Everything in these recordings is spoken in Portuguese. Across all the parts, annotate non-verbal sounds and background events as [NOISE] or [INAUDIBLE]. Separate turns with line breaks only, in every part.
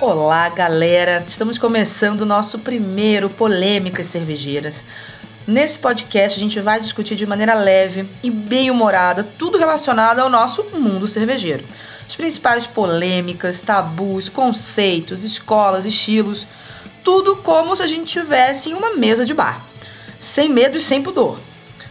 Olá, galera! Estamos começando o nosso primeiro Polêmicas Cervejeiras. Nesse podcast, a gente vai discutir de maneira leve e bem humorada tudo relacionado ao nosso mundo cervejeiro. As principais polêmicas, tabus, conceitos, escolas, estilos, tudo como se a gente tivesse em uma mesa de bar. Sem medo e sem pudor.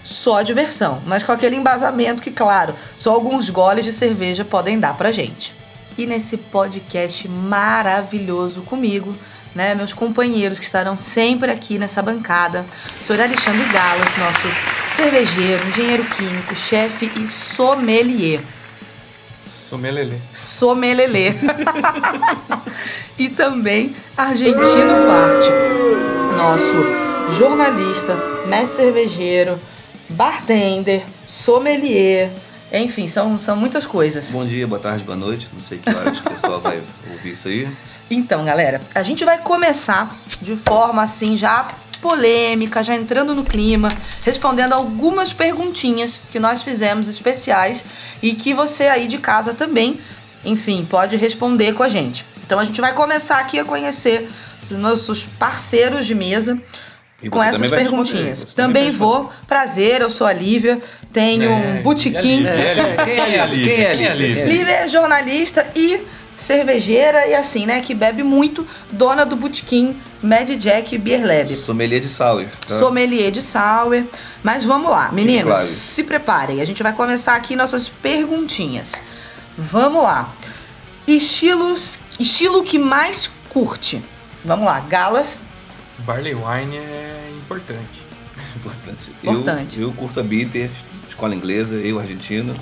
Só diversão, mas com aquele embasamento que, claro, só alguns goles de cerveja podem dar pra gente e nesse podcast maravilhoso comigo, né? Meus companheiros que estarão sempre aqui nessa bancada. O senhor Alexandre Galas, nosso cervejeiro, engenheiro químico, chefe e sommelier.
Somelele.
Somelelê. [LAUGHS] e também Argentino Duarte, nosso jornalista, mestre cervejeiro, bartender, sommelier. Enfim, são, são muitas coisas.
Bom dia, boa tarde, boa noite. Não sei que horas que o pessoal vai ouvir isso
[LAUGHS]
aí.
Então, galera, a gente vai começar de forma assim já polêmica, já entrando no clima, respondendo algumas perguntinhas que nós fizemos especiais e que você aí de casa também, enfim, pode responder com a gente. Então a gente vai começar aqui a conhecer os nossos parceiros de mesa
E
com
você
essas
também vai responder,
perguntinhas.
você
Também
também vai responder. É,
vou, prazer, eu sou a Lívia, tenho um botequim.
É, Quem é ali? Quem é ali?
Lívia é jornalista e cervejeira e assim, né? Que bebe muito, dona do botequim Mad Jack Beer Lab.
Sommelier de Sauer. tá?
Sommelier de sour. Mas vamos lá, meninos,
claro.
se preparem. A gente vai começar aqui nossas perguntinhas. Vamos lá. Estilos, estilo que mais curte. Vamos lá, galas.
Barley Wine é importante.
Importante.
Importante.
Eu, eu curto a Bitter, escola inglesa, eu argentino.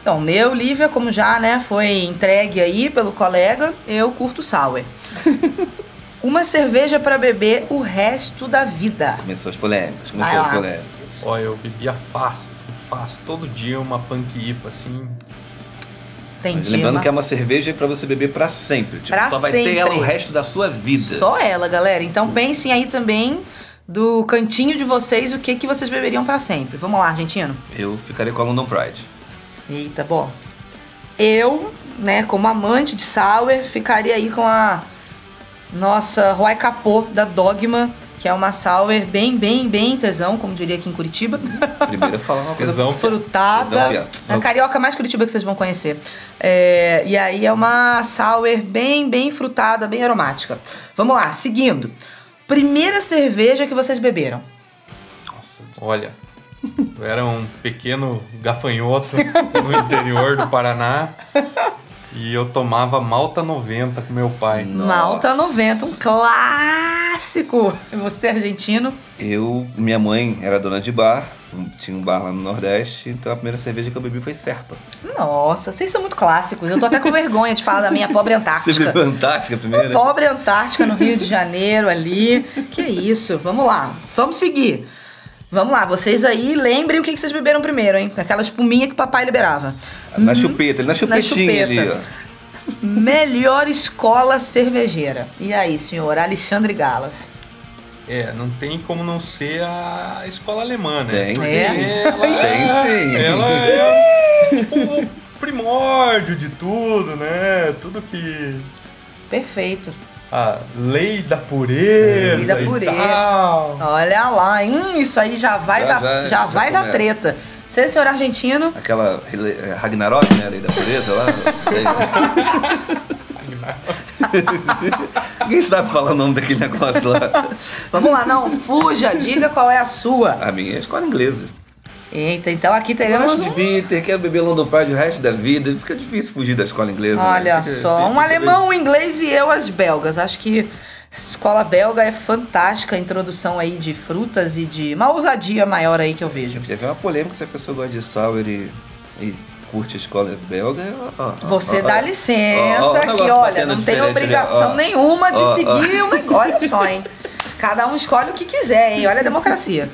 Então, meu, Lívia, como já né, foi entregue aí pelo colega, eu curto sour. Uma cerveja pra beber o resto da vida.
Começou as
Vai
polêmicas, começou
lá.
as polêmicas.
Ó, eu bebia fácil, assim, fácil. Todo dia uma punk ipa, assim.
Mas
Entendi.
lembrando
mas
que é uma cerveja pra você beber pra sempre. Tipo,
Pra
só vai
sempre.
ter ela o resto da sua vida.
Só ela, galera. Então pensem aí também do cantinho de vocês o que, que vocês beberiam pra sempre. Vamos lá, argentino.
Eu ficaria com a London Pride.
Eita, bom. Eu, né, como amante de sour, ficaria aí com a nossa Roy Capô da Dogma, que é uma sour bem, bem, bem tesão, como diria aqui em Curitiba.
Primeiro eu falar uma coisa.
Tesão.
Tesão,
[LAUGHS]
é
frutada.
piá.
A carioca mais Curitiba que vocês vão conhecer. É, e aí é uma sour bem, bem frutada, bem aromática. Vamos lá, seguindo. Primeira cerveja que vocês beberam.
Nossa, olha.
[LAUGHS]
Eu era um pequeno gafanhoto no interior do Paraná. E eu tomava Malta 90 com meu pai.
Nossa.
Malta 90, um clássico. Você é argentino.
Eu, minha mãe era dona de bar, tinha um bar lá no Nordeste, então a primeira cerveja que eu bebi foi Serpa.
Nossa, vocês são muito clássicos. Eu tô até com vergonha de falar da minha pobre
[LAUGHS] Você
Antártica.
bebeu né? Antártica primeiro?
Pobre Antártica no Rio de Janeiro ali. Que isso, vamos lá. Vamos seguir. Vamos lá, vocês aí lembrem o que que vocês beberam primeiro, hein? Aquela espuminha que papai liberava.
Na chupeta, ele na chupetinha ali,
chupeta.
ó.
Melhor escola cervejeira. E aí, senhor Alexandre Galas?
É, não tem como não ser a escola alemã,
É.
né?
Tem
Porque
sim.
Ela,
é
Tem sim.
Ela é tipo, o primórdio de tudo, né? Tudo que.
Perfeito.
A lei da pureza.
Lei da pureza.
E tal.
Olha lá, hein? Isso aí já vai
Já,
dar, já,
já, já
vai dar
começa.
treta. Você, senhor argentino?
Aquela eh, Ragnarok, né? Lei da pureza lá. Sei. Ninguém sabe falar o nome daquele negócio lá.
Vamos lá, não, fuja, diga qual é a sua.
A minha é escola inglesa.
Eita, então aqui
Eu
teremos
gosto de
um...
bitter, quero beber London Pride o resto da vida. Fica difícil fugir da escola inglesa. né?
Olha
Fica-
só, um
fica-
alemão, um inglês e eu as belgas. Acho que escola belga é fantástica a introdução aí de frutas e de uma ousadia maior aí que eu vejo.
Já vi uma polêmica se a pessoa gosta de sour e, e curte a escola belga. ó, ó,
Você
ó,
dá
[LAUGHS] ó.
licença
Ó, ó, o
que,
negócio
olha,
batendo
não tem
diferente ali,
obrigação
ó.
nenhuma de
Ó, ó.
seguir o negócio. Olha só, hein? Cada um escolhe o que quiser, hein? Olha a democracia.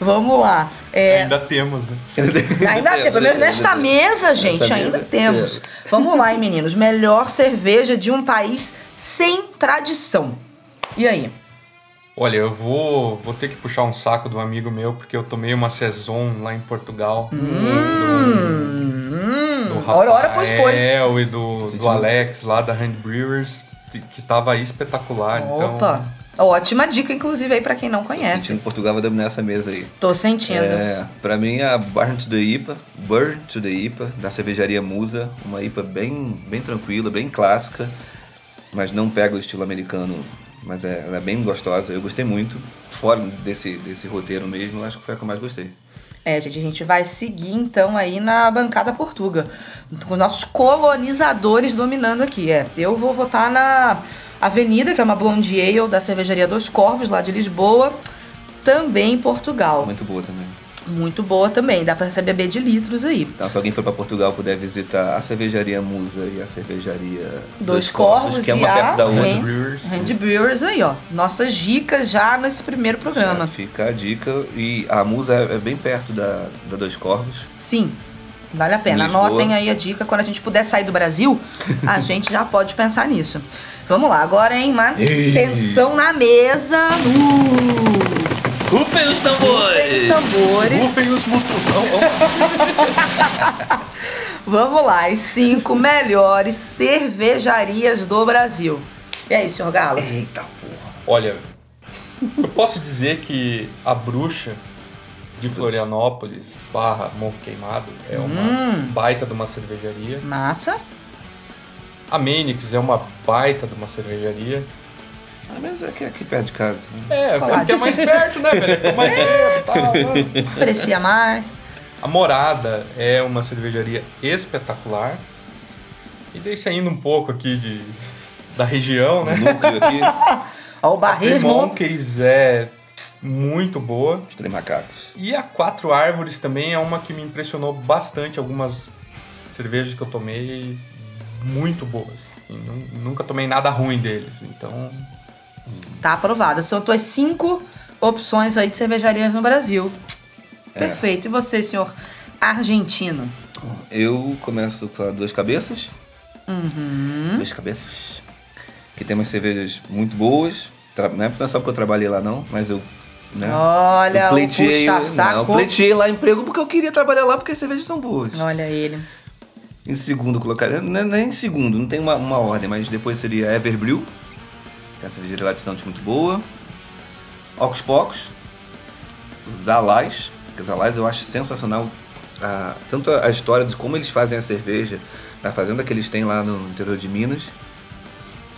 Vamos lá. É,
Ainda temos, né?
ainda temos, pelo menos
É
nesta mesa, gente,
Nessa
ainda
mesa,
temos. Vamos lá, hein, meninos? Melhor cerveja de um país sem tradição. E aí?
Olha, eu vou, vou ter que puxar um saco de um amigo meu, porque eu tomei uma Saison lá em Portugal.
Hum,
Do
hum, ora, ora, pois, pois.
Rafael e do,
Sentindo-
do Alex lá da Hand Brewers. que tava espetacular. então.
Opa! Ótima dica, inclusive, aí pra quem não
Tô
conhece.
Sentindo que Portugal vai dominar essa mesa aí.
Tô sentindo.
É, pra mim a Burn to the IPA, Burn to the IPA, da cervejaria Musa, uma IPA bem, bem tranquila, bem clássica, mas não pega o estilo americano, mas é, ela é bem gostosa, eu gostei muito. Fora desse, desse roteiro mesmo, acho que foi a que eu mais gostei.
É, gente, a gente vai seguir então aí na bancada portuga, com os nossos colonizadores dominando aqui. É, eu vou votar na Avenida, que é uma blonde ale da cervejaria Dos Corvos, lá de Lisboa, também em Portugal.
Muito boa também.
Muito boa também, dá pra você beber de litros aí.
Então, se alguém for pra Portugal puder visitar a cervejaria Musa e a cervejaria
Dois Corvos
que é
e
uma
a
perto da
Então,
Ren-
outra.
Hand Brewers.
Hand Brewers aí, ó. Nossas dicas já nesse primeiro
Já
programa.
né? Fica a dica. E a Musa é é bem perto da, da Dois Corvos.
Sim, vale a pena.
Lisboa.
Anotem aí a dica. Quando a gente puder sair do Brasil,
[LAUGHS]
a gente já pode pensar nisso. Vamos lá, agora, hein, mano?
Ei.
Tensão na mesa. Uh,
Rufem os
os tambores.
Rufem os motores.
Vamos lá, as cinco melhores cervejarias do Brasil. E aí, senhor Galo?
Eita porra.
Olha, eu posso dizer que a bruxa de Florianópolis barra Morro Queimado é uma
Hum.
baita de uma cervejaria.
Massa.
A Menix é uma baita de uma cervejaria.
Ah, mas é aqui, aqui perto de casa. né?
É,
Claro.
porque é mais perto, né, velho? É mais perto, tal, né?
Aprecia mais.
A Morada é uma cervejaria espetacular. E daí saindo um pouco aqui de, da região,
O
né?
É um
[LAUGHS]
núcleo aqui,
Ó, o
A
barrismo.
Monkeys é muito boa.
os três macacos.
E a Quatro Árvores também é uma que me impressionou bastante. Algumas cervejas que eu tomei, muito boas. E nu- nunca tomei nada ruim deles. Então,
Tá aprovada. São tuas cinco opções aí de cervejarias no Brasil.
É.
Perfeito. E você, senhor argentino?
Eu começo com a Duas Cabeças.
Uhum.
Duas Cabeças. Que tem umas cervejas muito boas. Tra- Não é não é só porque eu trabalhei lá não, mas eu... Né?
Olha,
eu
o
pleiteei- não, eu
puxa-saco.
pleiteei lá emprego porque eu queria trabalhar lá porque as cervejas são boas.
Olha ele.
Em segundo colocaria, não é nem em segundo, não tem uma, uma ordem, mas depois seria Everbrew, que é uma cervejaria lá de Santos muito boa. Ocos Pocos, Zalais, que Zalais eu acho sensacional, a- tanto a história de como eles fazem a cerveja, na fazenda que eles têm lá no interior de Minas.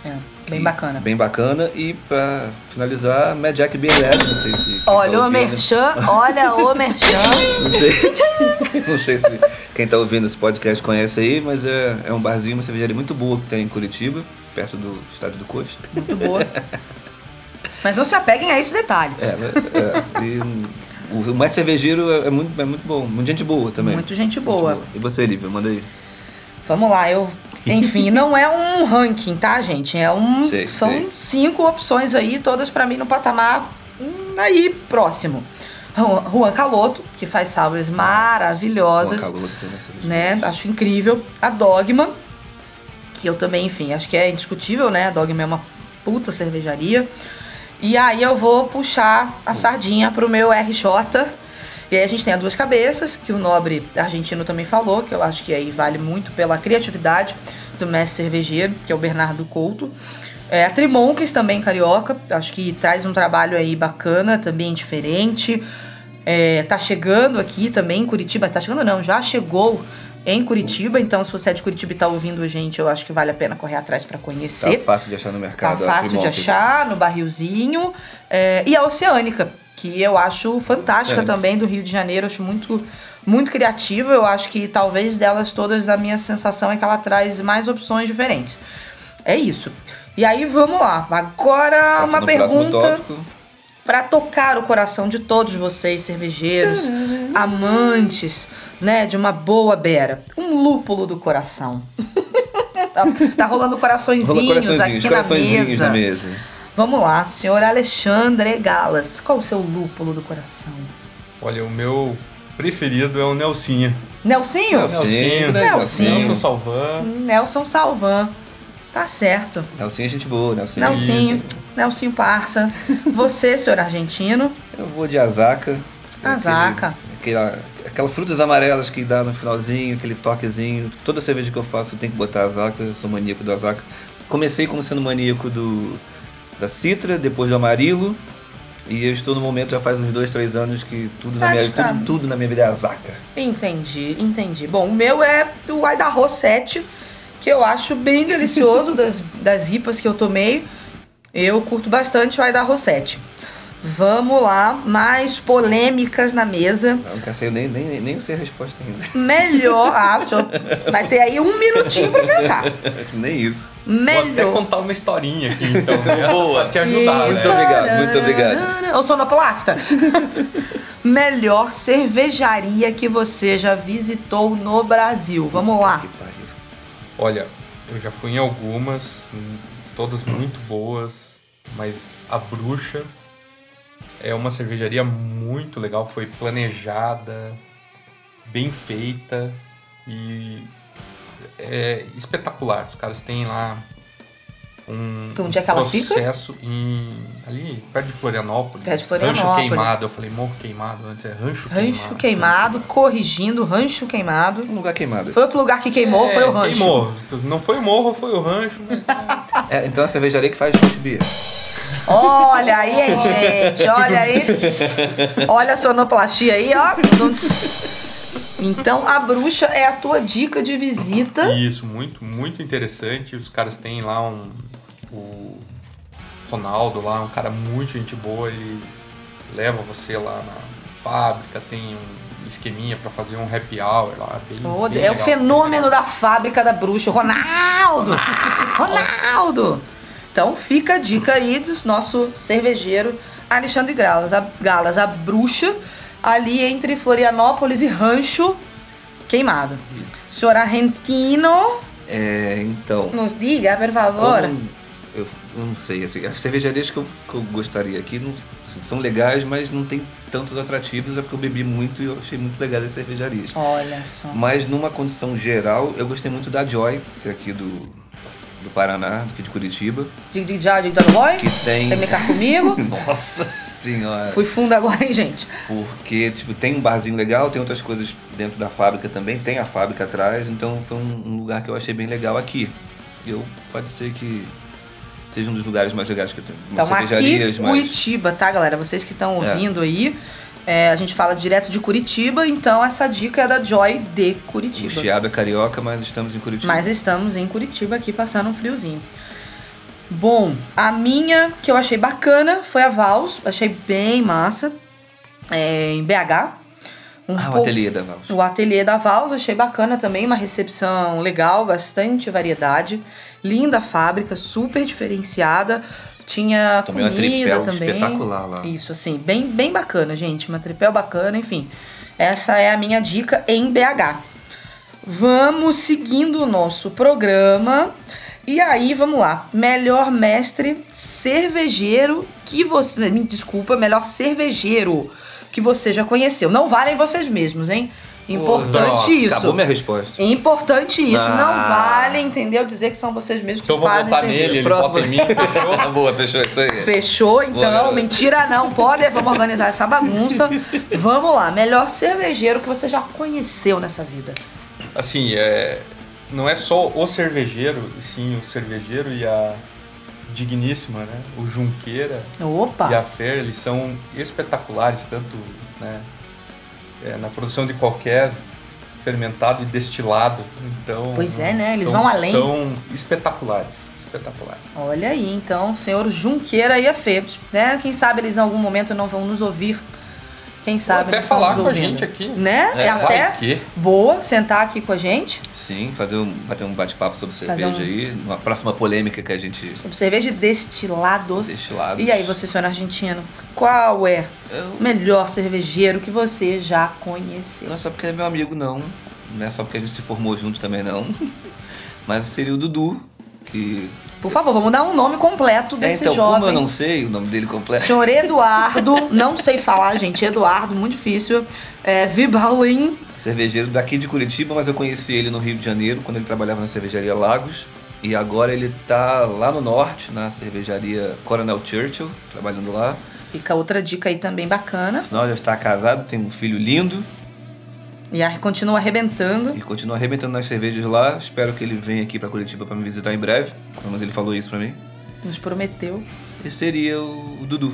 É, bem
que-
bacana.
Bem bacana. E pra finalizar, Mad Jack Beer Lab, não sei se... quem tá
Olha o
ouvindo.
merchan, olha o merchan.
Não sei, [LAUGHS] não sei se quem tá ouvindo esse podcast conhece aí, mas é, é um barzinho, uma cervejaria muito boa que tem em Curitiba, perto do estádio do Coxa.
Muito boa.
[LAUGHS]
Mas não se apeguem a esse detalhe.
É, é, e o, o mais cervejeiro é, é muito, é muito bom, muita gente boa também.
Muito gente boa.
E você, Lívia, manda aí.
Vamos lá, eu. Enfim, não é um [LAUGHS] ranking, tá, gente? É um.
Sei,
são
sei.
cinco opções aí, todas pra mim no patamar hum, aí próximo. Juan Juan Caloto, que faz sours maravilhosas.
Boa calor que tem na cerveja.
né? Acho incrível. A Dogma, que eu também, enfim, acho que é indiscutível, né? A Dogma é uma puta cervejaria. E aí eu vou puxar a sardinha pro meu RJ. E aí a gente tem a Duas Cabeças, que o nobre argentino também falou, que eu acho que aí vale muito pela criatividade do mestre cervejeiro, que é o Bernardo Couto. É, a Trimonques também carioca, acho que traz um trabalho aí bacana, também diferente. É, tá chegando aqui também em Curitiba, tá chegando não, já chegou em Curitiba, então se você é de Curitiba e tá ouvindo a gente, eu acho que vale a pena correr atrás pra
Tá
conhecer.
fácil de achar no
Tá
mercado. ó,
fácil de
Trimontes.
achar no barrilzinho. É, e a Oceânica, que eu acho fantástica
Oceânica.
também do Rio de Janeiro, eu acho muito, muito criativa. Eu acho que talvez delas todas a minha sensação é que ela traz mais opções diferentes. É isso. E aí vamos lá. Agora
Passa
uma
no próximo
pergunta
tópico.
para tocar o coração de todos vocês, cervejeiros, amantes, né, de uma boa beira. Um lúpulo do coração. [LAUGHS] tá, tá rolando coraçõezinhos,
Rolou coraçõezinhos,
aqui
coraçõezinhos na mesa.
Vamos lá, senhor Alexandre Galas. Qual o seu lúpulo do coração?
olha, o meu preferido é o Nelsinha.
Nelsinho? né?
Nelsinho. né?
Nelsinho.
Nelson Salvan.
Nelson Salvan. Tá certo.
Nelsinho é gente boa, Nelsinho.
Nelsinho. Nelsinho Parça. Você, senhor argentino.
Eu vou de azaca.
Azaca.
Aquele- Aquela, aquelas frutas amarelas que dá no finalzinho, aquele toquezinho. Toda cerveja que eu faço eu tenho que botar azaca, eu sou maníaco do azaca. comecei como sendo maníaco do, da Citra, depois do Amarilo. E eu estou no momento, já faz uns dois, três anos, que tudo, na minha,
Praticado.
tudo, tudo na minha vida é azaca.
Entendi, entendi. Bom, o meu é o Idaho 7, que eu acho bem delicioso das, das ripas que eu tomei. Eu curto bastante o Idaho 7. Vamos lá, mais polêmicas na mesa.
Eu nunca sei, eu nem, nem, nem sei a resposta ainda. [LAUGHS]
Melhor. Ah, deixa eu- vai ter aí um minutinho pra pensar.
nem isso.
Vou até
Melhor.
contar uma historinha aqui, então. Né?
Boa.
Pra te ajudar,
Muito
né?
obrigado, muito obrigado.
Eu sou noplasta. [LAUGHS] Melhor cervejaria que você já visitou no Brasil. Vamos lá.
Que pariu.
Olha, eu já fui em algumas, em- todas muito boas, mas a Bruxa é uma cervejaria muito legal, foi planejada, bem feita e é espetacular. Os caras têm lá um,
Onde é que ela fica?
processo em, ali perto de Florianópolis.
Perto de Florianópolis.
Rancho Queimado, eu falei Morro Queimado antes, é Rancho,
Rancho queimado, corrigindo, rancho queimado.
Um lugar queimado.
Foi outro lugar que queimou,
É,
foi o rancho.
Queimou. Não foi o morro, foi o rancho, mas
É, então é a cervejaria que faz root beer.
Olha aí, hein, gente. Olha aí. Olha a sonoplastia aí, ó. Então, a bruxa é a tua dica de visita.
Isso, muito, muito interessante. Os caras têm lá um. O Ronaldo lá, um cara muito gente boa, ele leva você lá na fábrica, tem um esqueminha pra fazer um happy hour lá. Bem,
Pô,
bem
é o
legal.
fenômeno da fábrica da bruxa, o Ronaldo! Ronaldo! Então fica a dica aí do nosso cervejeiro Alexandre Galas, a, Galas, a bruxa, ali entre Florianópolis e Rancho Queimado. Senhor Argentino,
É, então.
nos diga, por favor.
Como Eu, eu não sei, assim, as cervejarias que eu, que eu gostaria aqui não- assim, são legais, mas não tem tantos atrativos, é porque eu bebi muito e eu achei muito legais as cervejarias.
Olha só.
Mas numa condição geral, eu gostei muito da Joy, que é aqui do, do Paraná, aqui de Curitiba, [LAUGHS]
Dig, dig, já, dig, já, boy.
que tem...
Quer me cá comigo?
Nossa senhora!
Fui fundo agora, hein, gente?
Porque, tipo, tem um barzinho legal, tem outras coisas dentro da fábrica também, tem a fábrica atrás, então foi um, um lugar que eu achei bem legal aqui. E eu, pode ser que seja um dos lugares mais legais que eu tenho.
Então,
Umas
aqui,
cervejarias mais-
Curitiba, tá, galera? Vocês que estão
É.
ouvindo aí, é, a gente fala direto de Curitiba, então essa dica é da Joy de
O
Curitiba.
Chiado é carioca, mas estamos em Curitiba.
Mas estamos em Curitiba aqui passando um friozinho. Bom, a minha que eu achei bacana foi a Vals, achei bem massa, é, em BH. Um
Ah, o
pouco-
ateliê da Vals.
o ateliê da Vals, achei bacana também, uma recepção legal, bastante variedade. Linda a fábrica, super diferenciada. Tinha
Tomei uma
comida
tripel
também.
espetacular lá.
Isso, assim, bem, bem bacana, gente. Uma tripel bacana, enfim. Essa é a minha dica em BH. Vamos seguindo o nosso programa. E aí, vamos lá. Melhor mestre cervejeiro que você. Me desculpa, melhor cervejeiro que você já conheceu. Não valem vocês mesmos, hein? Importante
Porra,
isso.
Acabou minha resposta.
Importante isso. Não
Ah.
vale, entendeu? Dizer que são vocês mesmos que
Então eu vou
fazem
votar
cerveja.
nele, ele
Próximo.
vota em mim,
[LAUGHS]
fechou?
Tá boa, fechou isso aí.
Fechou, então.
Boa.
Mentira não, pode. Vamos organizar essa
[LAUGHS]
bagunça. Vamos lá. Melhor cervejeiro que você já conheceu nessa vida.
Assim, é, não é só o cervejeiro, e sim o cervejeiro e a digníssima, né? O Junqueira
Opa!
e a Fer, eles são espetaculares, tanto né, é, na produção de qualquer fermentado e destilado. Então,
Pois é, né? Eles
são-
vão além.
São espetaculares, espetaculares.
Olha aí, então, senhor Junqueira e a Febs, né? Quem sabe eles em algum momento não vão nos ouvir. Quem sabe
até
não estão
falar
nos
com a
ouvindo.
gente aqui.
Né? É,
É,
até
vai que.
boa sentar aqui com a gente.
Sim, fazer um, bater um bate-papo sobre cerveja
um-
aí. Uma próxima polêmica que a gente
Sobre cerveja destilados.
deixa lá.
E aí, você, senhor argentino, qual é
Eu-
o melhor cervejeiro que você já conheceu?
Não é só porque ele é meu amigo, não. Não é só porque a gente se formou junto também, não. [LAUGHS] Mas seria o Dudu, que...
Por favor, vamos dar um nome completo
É,
desse
então, como eu
jovem.
não sei o nome dele completo...
Senhor Eduardo, não sei falar, gente. Eduardo, muito difícil. É, Vibalin,
cervejeiro daqui de Curitiba, mas eu conheci ele no Rio de Janeiro, quando ele trabalhava na cervejaria Lagos. E agora ele tá lá no norte, na cervejaria Coronel Churchill, trabalhando lá.
fica outra dica aí também bacana.
Afinal, já está casado, tem um filho lindo.
E a- continua arrebentando.
E continua arrebentando nas cervejas lá. Espero que ele venha aqui pra Curitiba pra me visitar em breve. Pelo menos ele falou isso pra mim.
Nos prometeu.
E seria o Dudu.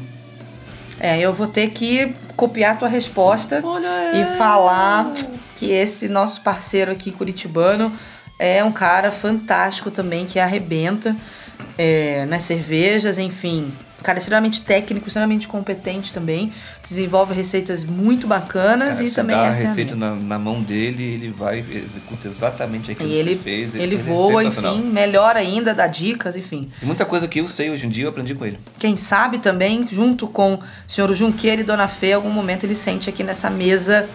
É, eu vou ter que copiar a tua resposta
Olha
e falar que esse nosso parceiro aqui curitibano é um cara fantástico também, que arrebenta é, nas cervejas, enfim. Um Cara extremamente técnico, extremamente competente também. Desenvolve receitas muito bacanas
Cara,
e
você
também
dá a
essa é a minha.
receita na, na mão dele, ele vai executa exatamente aquilo
E
que
ele-
você fez.
Ele
é
voa,
sensacional.
enfim, melhor ainda, dá dicas, enfim.
E muita coisa que eu sei hoje em dia eu aprendi com ele.
Quem sabe também, junto com o senhor Junqueira e Dona Fê, em algum momento ele sente aqui nessa mesa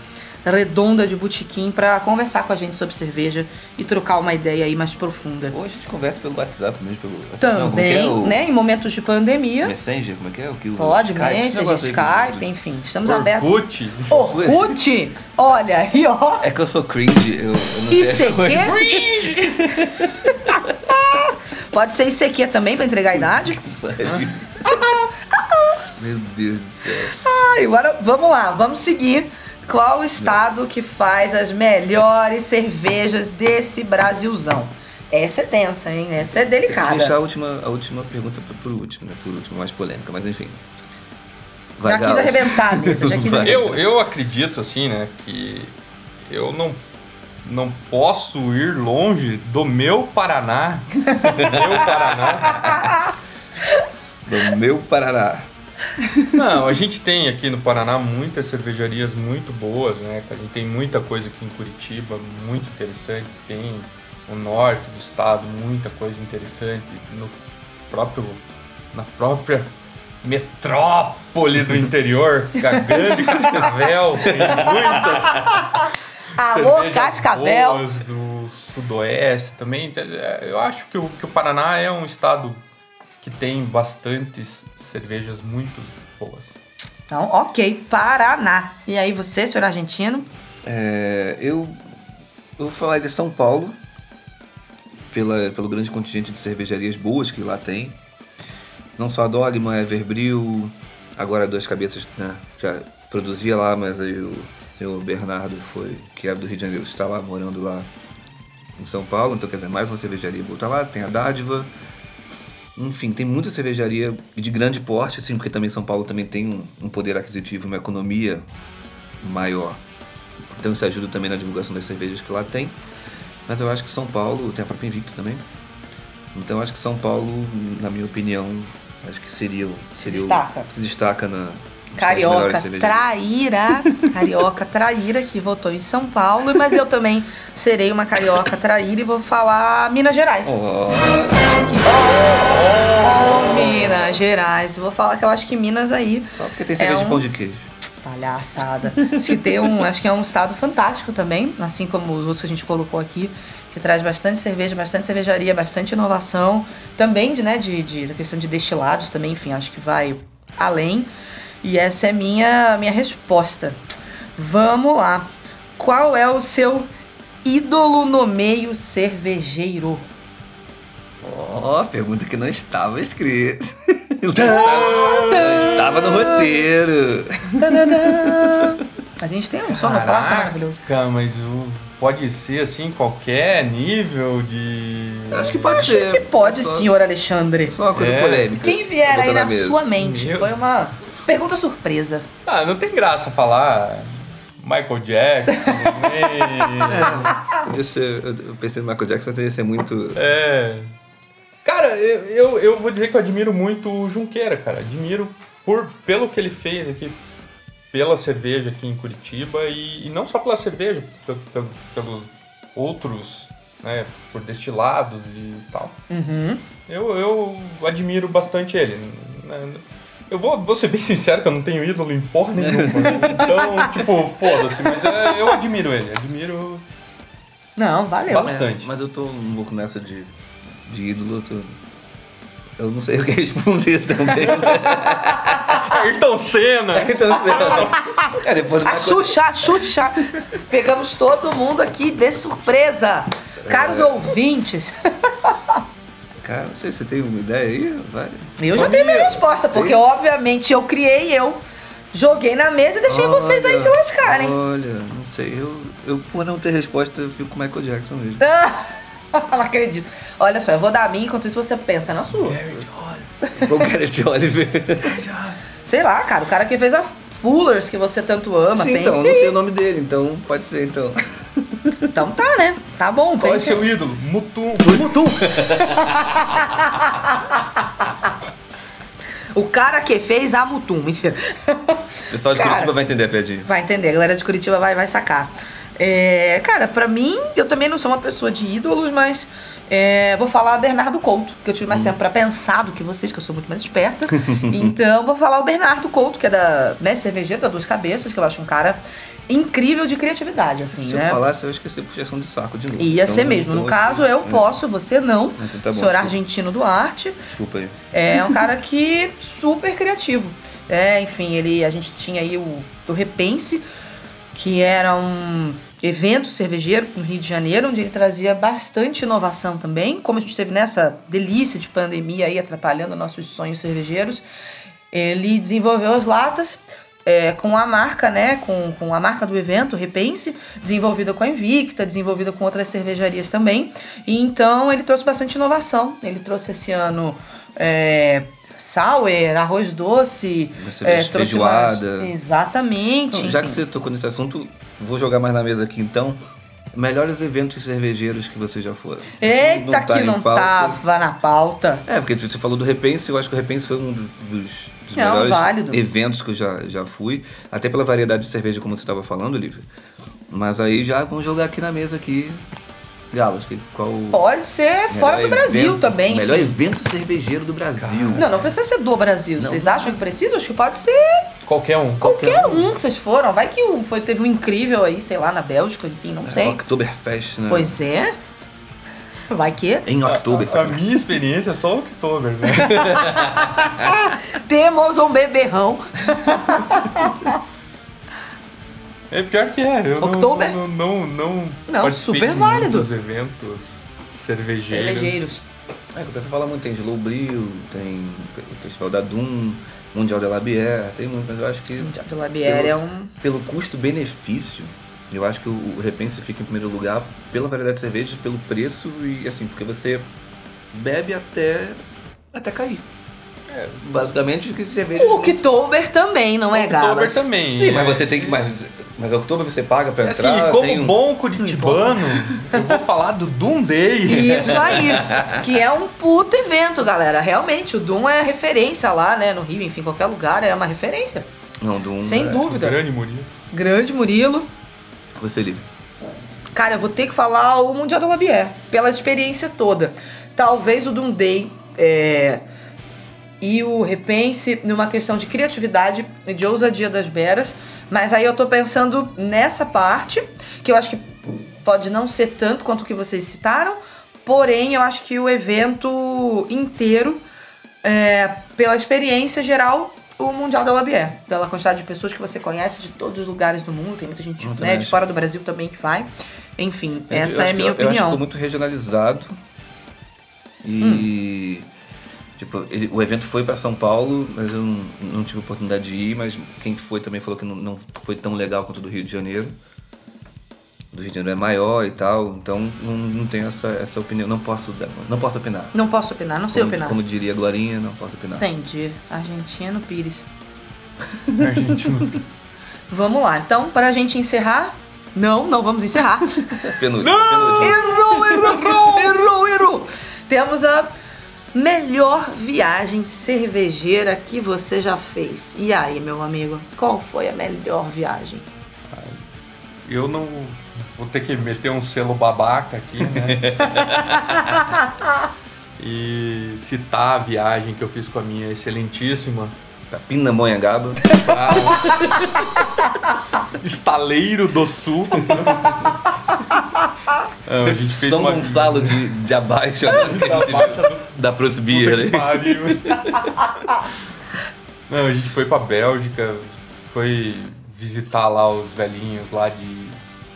redonda de botequim para conversar com a gente sobre cerveja e trocar uma ideia aí mais profunda.
Hoje a gente conversa pelo WhatsApp mesmo, pelo. não, como que
Também,
é o
né, em momentos de pandemia,
Messenger, como é que é? O que usa?
pode, né?
Skype, esse
Messenger,
negócio aí
Skype,
do-
enfim, estamos abertos.
Orkut?
Orkut! Olha, aí
[LAUGHS]
ó,
É que eu sou cringe, eu, eu não sei as coisas.
ICQ. [LAUGHS] pode ser ICQ também para entregar a idade.
[LAUGHS] Meu Deus do céu.
Ai, agora vamos lá, vamos seguir. Qual o estado que faz as melhores cervejas desse Brasilzão? Essa é tensa, hein? Essa é
Vou deixar
delicada.
a última, a última pergunta pro, pro último, né? Por último, mais polêmica, mas enfim.
Já quis
Gauss.
arrebentar a mesa, já quis
Vai.
arrebentar.
Eu, eu acredito, assim, né, que eu não, não posso ir longe do meu Paraná. [LAUGHS] Do meu Paraná.
[LAUGHS] Do meu Paraná.
Não, a gente tem aqui no Paraná muitas cervejarias muito boas, né? A gente tem muita coisa aqui em Curitiba, muito interessante. Tem o norte do estado, muita coisa interessante. No próprio, na própria metrópole do interior, Gagando e Cascavel, tem muitas
Alô,
cervejas
Cascavel!
boas do Sudoeste também. Então, é, Eu acho que o, que o Paraná é um estado que tem bastantes cervejas muito boas.
Então, ok, Paraná. E aí você, senhor argentino?
É, eu, eu vou falar de São Paulo, pela, pelo grande contingente de cervejarias boas que lá tem. Não só a Dogma, Everbril, agora Duas Cabeças né, já produzia lá, mas aí o senhor Bernardo foi, que é do Rio de Janeiro, está lá morando lá em São Paulo, então quer dizer, mais uma cervejaria boa tá lá, tem a Dádiva. Enfim, tem muita cervejaria de grande porte, assim, porque também São Paulo também tem um- um poder aquisitivo, uma economia maior. Então isso ajuda também na divulgação das cervejas que lá tem. Mas eu acho que São Paulo, tem a própria Invicto também. Então eu acho que São Paulo, na minha opinião, acho que seria, o- seria o-
Destaca.
se destaca na nas melhores
Carioca
cervejarias.
traíra. Carioca traíra que votou em São Paulo, mas eu também serei uma carioca traíra e vou falar Minas Gerais.
Oh,
Ó, ó, Minas Gerais. Vou falar que eu acho que Minas aí,
só porque tem cerveja
É
de
um-
pão de queijo.
palhaçada. Acho que tem um, acho que é um estado fantástico também, assim como os outros que a gente colocou aqui, que traz bastante cerveja, bastante cervejaria, bastante inovação, também de, né, de, de da questão de destilados também, enfim, acho que vai além. E essa é minha minha resposta. Vamos lá. Qual é o seu ídolo no meio cervejeiro?
Ó, pergunta que não estava [LAUGHS] escrita. Não estava- não estava no roteiro.
Tadadã! A gente tem um sonoplasta maravilhoso.
Caraca, mas o- pode ser assim, qualquer nível de.
Eu Acho que pode
Acho
ser.
que pode,
só,
senhor Alexandre.
Só uma coisa
É.
polêmica.
Quem vier
Vou botar
aí na
mesa.
sua mente.
Meu.
Foi uma pergunta surpresa.
Ah, não tem graça falar Michael Jackson. nem-
Ia ser- eu eu pensei no Michael Jackson, mas ia ser muito.
é. Cara, eu, eu, eu vou dizer que eu admiro muito o Junqueira, cara. Admiro por, pelo que ele fez aqui, pela cerveja aqui em Curitiba e, e não só pela cerveja, pe- pe- pelos outros, né, por destilados e tal.
Uhum.
Eu, eu admiro bastante ele. né? Eu vou, vou ser bem sincero que eu não tenho ídolo em porra nenhuma. então, tipo, foda-se, mas é, eu admiro ele. Admiro.
Não, valeu. né?
Basta- Bastante.
É, mas eu tô um pouco nessa de, de ídolo, eu tô. Eu não sei o que responder [LAUGHS] também.
Ayrton
É
Senna!
então, sei. É, depois do
A
Michael,
Ah, Xuxa, a Xuxa. Pegamos todo mundo aqui de surpresa. Caros ouvintes,
cara, não sei se você tem uma ideia aí, vai.
eu já tenho minha resposta, porque obviamente eu criei eu, joguei na mesa e deixei vocês aí se lascarem.
Olha, não sei, eu. Eu, por não ter resposta, eu fico com o Michael Jackson mesmo.
Ah, [LAUGHS] Não acredito. Olha só, eu vou dar a minha enquanto isso você pensa na sua.
Qual Garrett é Oliver?
Sei lá, cara, o cara que fez a Fullers que você tanto ama,
Sim,
pense
então, eu não
aí.
sei o nome dele, então pode ser, então.
Então tá, né? Tá bom,
Qual é
pense.
seu ídolo? Mutum.
Mutum!
O cara que fez a Mutum, mentira. [LAUGHS]
O pessoal de
Cara.
Curitiba vai entender a piadinha.
Vai entender, a galera de Curitiba vai, vai sacar. É, cara, pra mim, eu também não sou uma pessoa de ídolos, mas é, vou falar Bernardo Couto, que eu tive mais
Hum.
tempo pra pensar do que vocês, que eu sou muito mais esperta. [LAUGHS] então, vou falar o Bernardo Couto, que é da Mestre Cervejeiro, da Duas Cabeças, que eu acho um cara incrível de criatividade, assim,
Se
né?
eu falasse, eu ia esquecer puxação de saco de novo.
Ia
Então,
ser
eu
mesmo.
tô
No
aqui.
caso, eu
É.
posso, você não.
Então tá bom.
Senhor
desculpa.
Argentino Duarte.
Desculpa aí.
É um cara que super criativo. É, enfim, ele a gente tinha aí o, o Repense, que era um evento cervejeiro no Rio de Janeiro, onde ele trazia bastante inovação também. Como a gente esteve nessa delícia de pandemia aí atrapalhando nossos sonhos cervejeiros, ele desenvolveu as latas é, com a marca, né? Com, com a marca do evento, Repense, desenvolvida com a Invicta, desenvolvida com outras cervejarias também. E então ele trouxe bastante inovação. Ele trouxe esse ano é, sour, arroz doce,
Uma cerveja
é, trouxe umas-
feijoada.
Exatamente.
Então, já que você tocou nesse assunto, vou jogar mais na mesa aqui então. Melhores eventos cervejeiros que vocês já foram. Isso
Eita,
tá
que
em
não
pauta.
tava na pauta.
É, porque você falou do Repense, eu acho que o Repense foi um do- dos, dos
Não, é
melhores
válido.
eventos que eu já, já fui. Até pela variedade de cerveja, como você estava falando, Lívia. Mas aí já vamos jogar aqui na mesa aqui. Galas, que- qual o
Pode ser
melhor
fora do Brasil
evento-
também.
Melhor evento cervejeiro do Brasil.
Não, não precisa ser do Brasil.
Não.
Vocês acham que precisa? Acho que pode ser
Qualquer um.
qualquer um que vocês foram. Vai que um foi, teve um incrível aí, sei lá, na Bélgica, enfim, não
É,
sei.
Oktoberfest, né? É
Pois é. Vai que.
[LAUGHS] Em Oktober.
A, a- a
sabe?
minha experiência é só o Oktober, né?
Ah, Temos um beberrão.
É pior que é. Eu não-
Oktober?
Não, não, não,
Não,
participei
super
de
válido.
muitos eventos cervejeiros.
Cervejeiros.
É, que o pessoal fala muito, tem Slow Brew, tem o Festival da Doom, Mundial de la Bière, tem muito, mas eu acho que
Mundial de Labière é um.
pelo custo-benefício, eu acho que o o Repense fica em primeiro lugar pela variedade de cervejas, pelo preço e assim, porque você bebe até, até cair. É, basicamente, que cerveja...
O Oktober também, não é,
Oktober
Galas?
também.
Sim, mas você tem que... Mas, mas outubro você paga pra
Assim,
entrar,
como
tem um...
bom
[LAUGHS]
curitibano, eu vou falar do Doom Day. [LAUGHS]
Isso aí, que é um puto evento, galera. Realmente, o Doom é referência lá, né? No Rio, enfim, qualquer lugar é uma referência.
Não, do um,
Sem
é,
dúvida.
Grande Murilo.
Grande Murilo.
Você livre.
Cara, eu vou ter que falar o Mundial da Labière, pela experiência toda. Talvez o Dundee é, e o Repense numa questão de criatividade e de ousadia das beras, mas aí eu tô pensando nessa parte, que eu acho que pode não ser tanto quanto o que vocês citaram, porém eu acho que o evento inteiro, é, pela experiência geral, o Mundial da Labière, pela quantidade de pessoas que você conhece de todos os lugares do mundo, tem muita gente
Muito
né, de
nice.
fora do Brasil também que vai. Enfim,
Eu- eu
essa
acho
é a
que-
minha
eu, Eu acho que ficou
opinião.
muito regionalizado. E. Tipo, ele- o evento foi pra São Paulo, mas eu não, não tive oportunidade de ir. Mas quem foi também falou que não, não foi tão legal quanto o do Rio de Janeiro. O do Rio de Janeiro é maior e tal, então não, não tenho essa, essa opinião. Não posso, dar- não posso opinar.
Não posso opinar, não sei
como,
opinar.
Como diria a Glorinha, não posso opinar.
Entendi. Argentino Pires.
Argentino.
Vamos lá, então, para a gente encerrar. Não, não vamos encerrar.
Penúltimo, penúltimo.
[LAUGHS] errou, errou, errou, errou. Temos a melhor viagem cervejeira que você já fez. E aí, meu amigo, qual foi a melhor viagem?
Eu não vou ter que meter um selo babaca
[LAUGHS]
aqui, né? e citar a viagem que eu fiz com a
[LAUGHS]
minha excelentíssima
Pra Pindamonhangaba.
Ah, Estaleiro do
[LAUGHS]
Sul. Ah, a gente fez
São
uma... [LAUGHS]
Gonçalo um de, de né? abaixo.
Da Baixa do
da Prosbia,
Puta que
né?
pariu. [LAUGHS] Não, a gente foi pra Bélgica, foi visitar lá os velhinhos lá de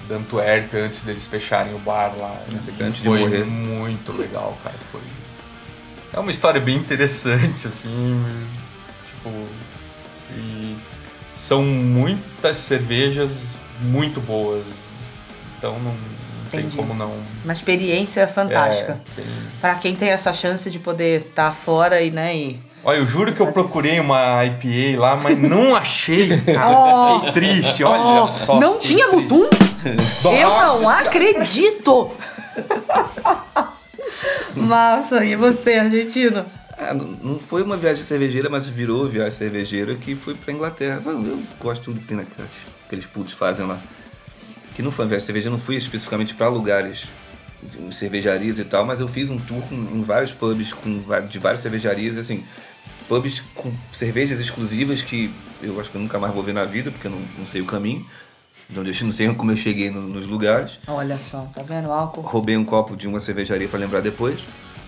da Antuérpia antes deles fecharem o bar lá.
Nossa,
E
antes de
foi
morrer.
muito legal, cara. Foi... É uma história bem interessante, assim. Tipo. E são muitas cervejas muito boas. Então não, não tem
Entendi.
como não.
Uma experiência fantástica.
É, tem-
Pra quem tem essa chance de poder estar fora e, né, e...
Olha, eu juro que eu
Fazer.
procurei uma IPA lá, mas
[LAUGHS]
não achei, cara.
Oh.
Fiquei triste, olha
Oh,
só.
não
fiquei
tinha
triste.
Mutum? Eu não
Nossa,
acredito! [LAUGHS] Massa, e você, argentino?
Ah, não- não foi uma viagem cervejeira, mas virou viagem cervejeira que fui pra Inglaterra. Mano, Eu gosto do que tem naqueles aqueles putos fazem lá. Que não foi uma viagem cervejeira, eu não fui especificamente pra lugares, de- cervejarias e tal, mas eu fiz um tour com- em vários pubs com, va- de várias cervejarias, assim, pubs com cervejas exclusivas que eu acho que eu nunca mais vou ver na vida, porque eu não, não sei o caminho. Então, eu não sei como eu cheguei no- nos lugares.
Olha só, tá vendo? O álcool
Roubei um copo de uma cervejaria pra lembrar depois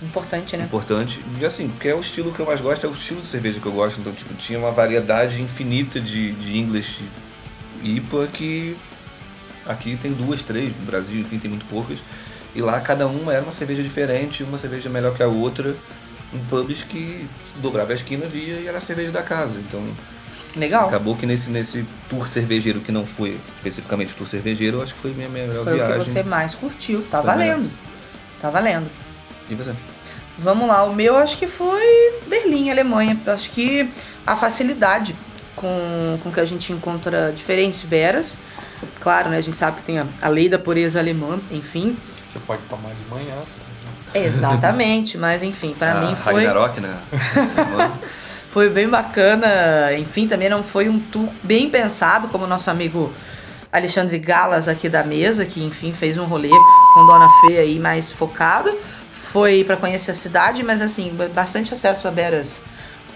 importante, né?
importante. E assim, porque é o estilo que eu mais gosto, é o estilo de cerveja que eu gosto. Então, tipo, tinha uma variedade infinita de, de English IPA que aqui tem duas, três, no Brasil, enfim, tem muito poucas. E lá cada uma era uma cerveja diferente, uma cerveja melhor que a outra, em pubs que dobrava a esquina, via e era a cerveja da casa. Então,
Legal.
acabou que nesse, nesse tour cervejeiro, que não foi especificamente tour cervejeiro, eu acho que foi minha melhor
Foi o
viagem.
que você mais curtiu. Tá
Foi
valendo. Tá valendo.
E você?
Vamos lá, o meu acho que foi Berlim, Alemanha. Eu Acho que a facilidade com, com que a gente encontra diferentes veras. Claro, né? A gente sabe que tem a, a lei da pureza alemã,
[LAUGHS]
enfim.
Você pode tomar de manhã. sabe?
Exatamente, mas enfim, pra
Ah,
mim foi.
Ragnarok,
[LAUGHS]
né?
Foi bem bacana, enfim, também não foi um tour bem pensado, como o nosso amigo Alexandre Galas aqui da mesa, que enfim fez um rolê com Dona Fê aí mais focado. Foi pra conhecer a cidade, mas assim, ba- bastante acesso a Beras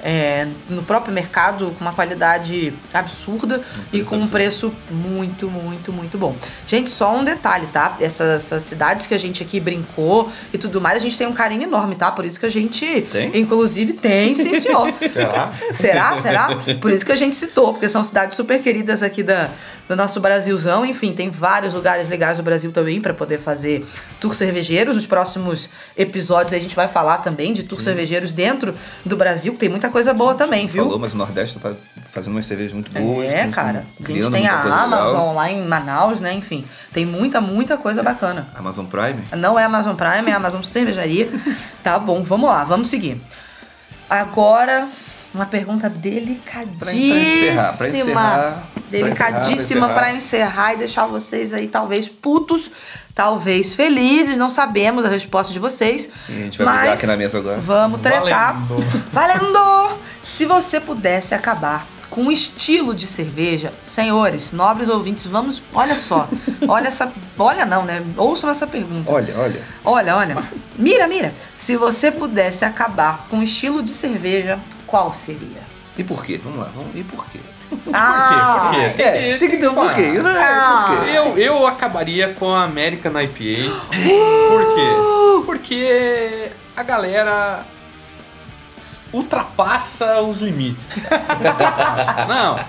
é, no próprio mercado, com uma qualidade absurda e com um preço muito, muito, muito bom. Gente, só um detalhe, tá? Essas, essas cidades que a gente aqui brincou e tudo mais, a gente tem um carinho enorme, tá? Por isso que a gente,
Tem?
inclusive, tem, sim, senhor.
Será?
Será? Será? Por isso que a gente citou, porque são cidades super queridas aqui da, do nosso Brasilzão. Enfim, tem vários lugares legais do Brasil também para poder fazer tour cervejeiros. Nos próximos episódios a gente vai falar também de tour cervejeiros dentro do Brasil, que tem muita coisa boa também, viu?
Falou, mas o Nordeste tá fazendo umas cervejas muito boas.
É,
tão-
cara. A gente
criando
tem
muita coisa
a
legal.
Amazon lá em Manaus, né? Enfim, tem muita, muita coisa bacana.
Amazon Prime?
Não é Amazon Prime, é Amazon Cervejaria. tá bom, vamos lá, vamos seguir. Agora, uma pergunta
Pra, pra encerrar, pra
delicadíssima.
encerrar.
Delicadíssima
pra
pra
encerrar.
encerrar e deixar vocês aí talvez putos, talvez felizes, não sabemos a resposta de vocês.
Sim, a gente vai
mas
brigar aqui na mesa agora.
Vamos tretar.
Valendo.
Valendo! Se você pudesse acabar com um estilo de cerveja, senhores, nobres ouvintes, vamos. Olha só. Olha essa. Olha não, né? Ouçam essa pergunta.
Olha, olha.
Olha, olha. Mira, mira. Se você pudesse acabar com um estilo de cerveja, qual seria?
E por quê? Vamos lá, vamos. E por quê?
Ah!
Por quê? Por quê?
É, tem que ter um
falar.
porquê. né?
Ah.
Por quê?
Eu, eu acabaria com a American IPA. Por quê? Porque a galera ultrapassa os limites. [LAUGHS] Ultrapassa. Não,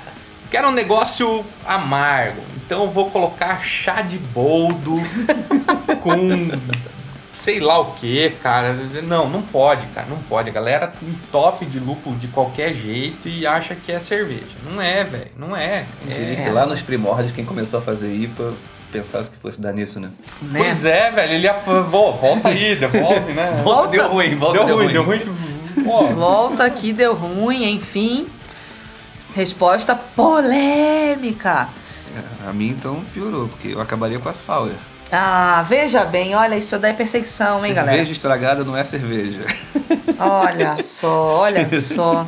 quero um negócio amargo. Então eu vou colocar chá de boldo com sei lá o que, cara. Não, não pode, cara, não pode. A galera entope de lúpulo de qualquer jeito e acha que é cerveja. Não é, velho, não é.
Eu
é.
diria que lá nos primórdios, quem começou a fazer IPA pensasse que fosse dar nisso, né?
Né?
Pois é, velho, ele ia. Vô, volta aí, devolve, né?
[LAUGHS] Volta.
Deu ruim, volta,
deu, ruim, deu ruim.
é.
Pô,
Volta aqui, deu ruim, enfim. Resposta polêmica.
É, A mim, então, piorou, porque eu acabaria com a Sour.
Ah, veja bem, olha, isso daí é perseguição, hein,
cerveja
galera?
estragada não é cerveja.
Olha só, olha só.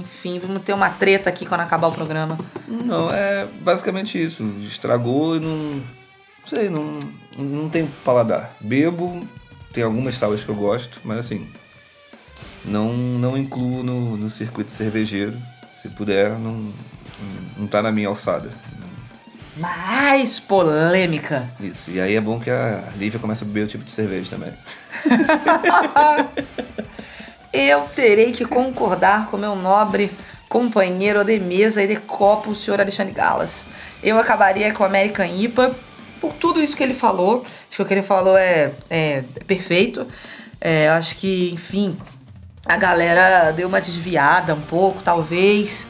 Enfim, vamos ter uma treta aqui quando acabar o programa.
Não, é basicamente isso. Estragou e não. Não sei, não, não tem paladar. Bebo, tem algumas salas que eu gosto, mas assim. Não, não incluo no, no circuito cervejeiro. Se puder, não, não tá na minha alçada.
Mais polêmica. [LAUGHS]
Isso. E aí é bom que a Lívia começa a beber o tipo de cerveja também.
Eu terei que concordar com meu nobre companheiro de mesa e de copo, o senhor Alexandre Galas. Eu acabaria com a American IPA por tudo isso que ele falou. Acho que o que ele falou é, é perfeito. É, eu acho que, enfim, a galera deu uma desviada um pouco, talvez,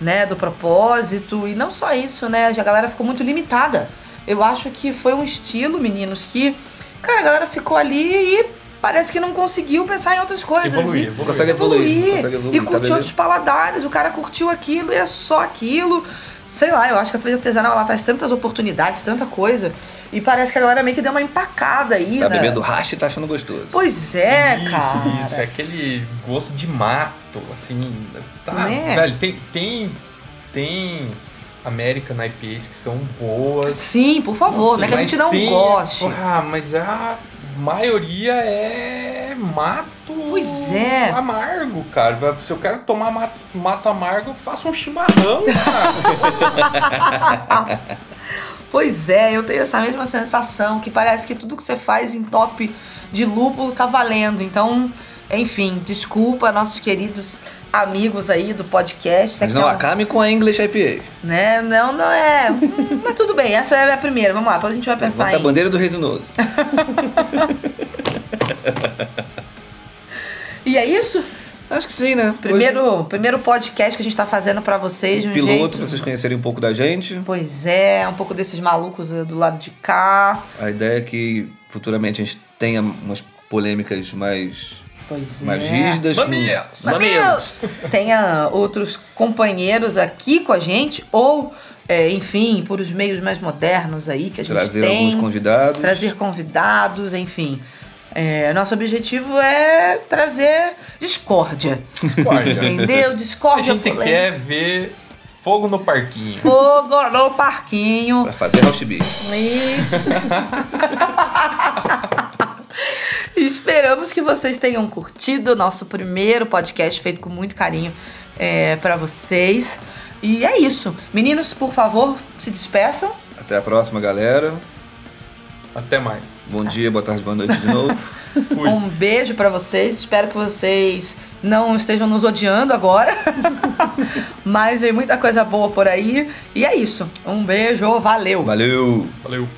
né, do propósito. E não só isso, né? A galera ficou muito limitada. Eu acho que foi um estilo, meninos, que, cara, a galera ficou ali e parece que não conseguiu pensar em outras coisas.
Evoluir,
e-
evoluir.
Consegue
evoluir,
evoluir, consegue evoluir,
e
tá
curtir
beleza.
outros paladares. O cara curtiu aquilo e é só aquilo. Sei lá, eu acho que a cerveja artesanal ela traz tantas oportunidades, tanta coisa. E parece que a galera meio que deu uma empacada aí,
Tá
né?
bebendo racha e tá achando gostoso.
Pois é,
isso,
cara.
Isso, é aquele gosto de mato, assim. Tá,
Né?
velho, tem, tem, tem American IPAs que são boas.
Sim, por favor, né? Que a gente
mas
não
tem-
goste.
Ah, mas a maioria é mato.
Pois é.
Amargo, cara. Se eu quero tomar mato, mato amargo, eu faço um chimarrão,
[LAUGHS]
cara.
Pois é, eu tenho essa mesma sensação que parece que tudo que você faz em top de lúpulo tá valendo. Então, enfim, desculpa nossos queridos amigos aí do podcast. Se é
Mas
que
não
tem um-
acame com a English IPA.
né? Não, não é. Hum, Mas tudo bem, essa é a primeira. Vamos lá, depois a gente vai pensar
Levanta a
em.
bandeira
[LAUGHS]
do resinoso.
E é isso?
Acho que sim, né? Hoje,
Primeiro, primeiro podcast que a gente tá fazendo pra vocês de um
piloto,
jeito.
pra vocês conhecerem um pouco da gente.
Pois é, um pouco desses malucos eh, do lado de cá.
A ideia é que futuramente a gente tenha umas polêmicas mais,
Pois
mais
é.
rígidas. com-
Mamilos!
Mamilos!
Tenha outros companheiros aqui com a gente, ou, eh, enfim, por os meios mais modernos aí que a gente
Trazer
tem.
alguns convidados.
trazer convidados, enfim. É, nosso objetivo é trazer discórdia.
Discorda.
Entendeu?
A
Discórdia
gente
polêmica.
quer ver fogo no parquinho.
Fogo no parquinho.
Pra fazer roast beef.
Isso. [LAUGHS] Esperamos que vocês tenham curtido o nosso primeiro podcast feito com muito carinho é, para vocês. E é isso. Meninos, por favor, se despeçam.
Até a próxima, galera.
Até mais.
Bom dia, boa tarde, boa noite
[LAUGHS]
de novo.
Fui.
Um beijo pra vocês. Espero que vocês não estejam nos odiando agora. [LAUGHS] Mas vem muita coisa boa por aí. E é isso. Um beijo, valeu.
Valeu!
Valeu.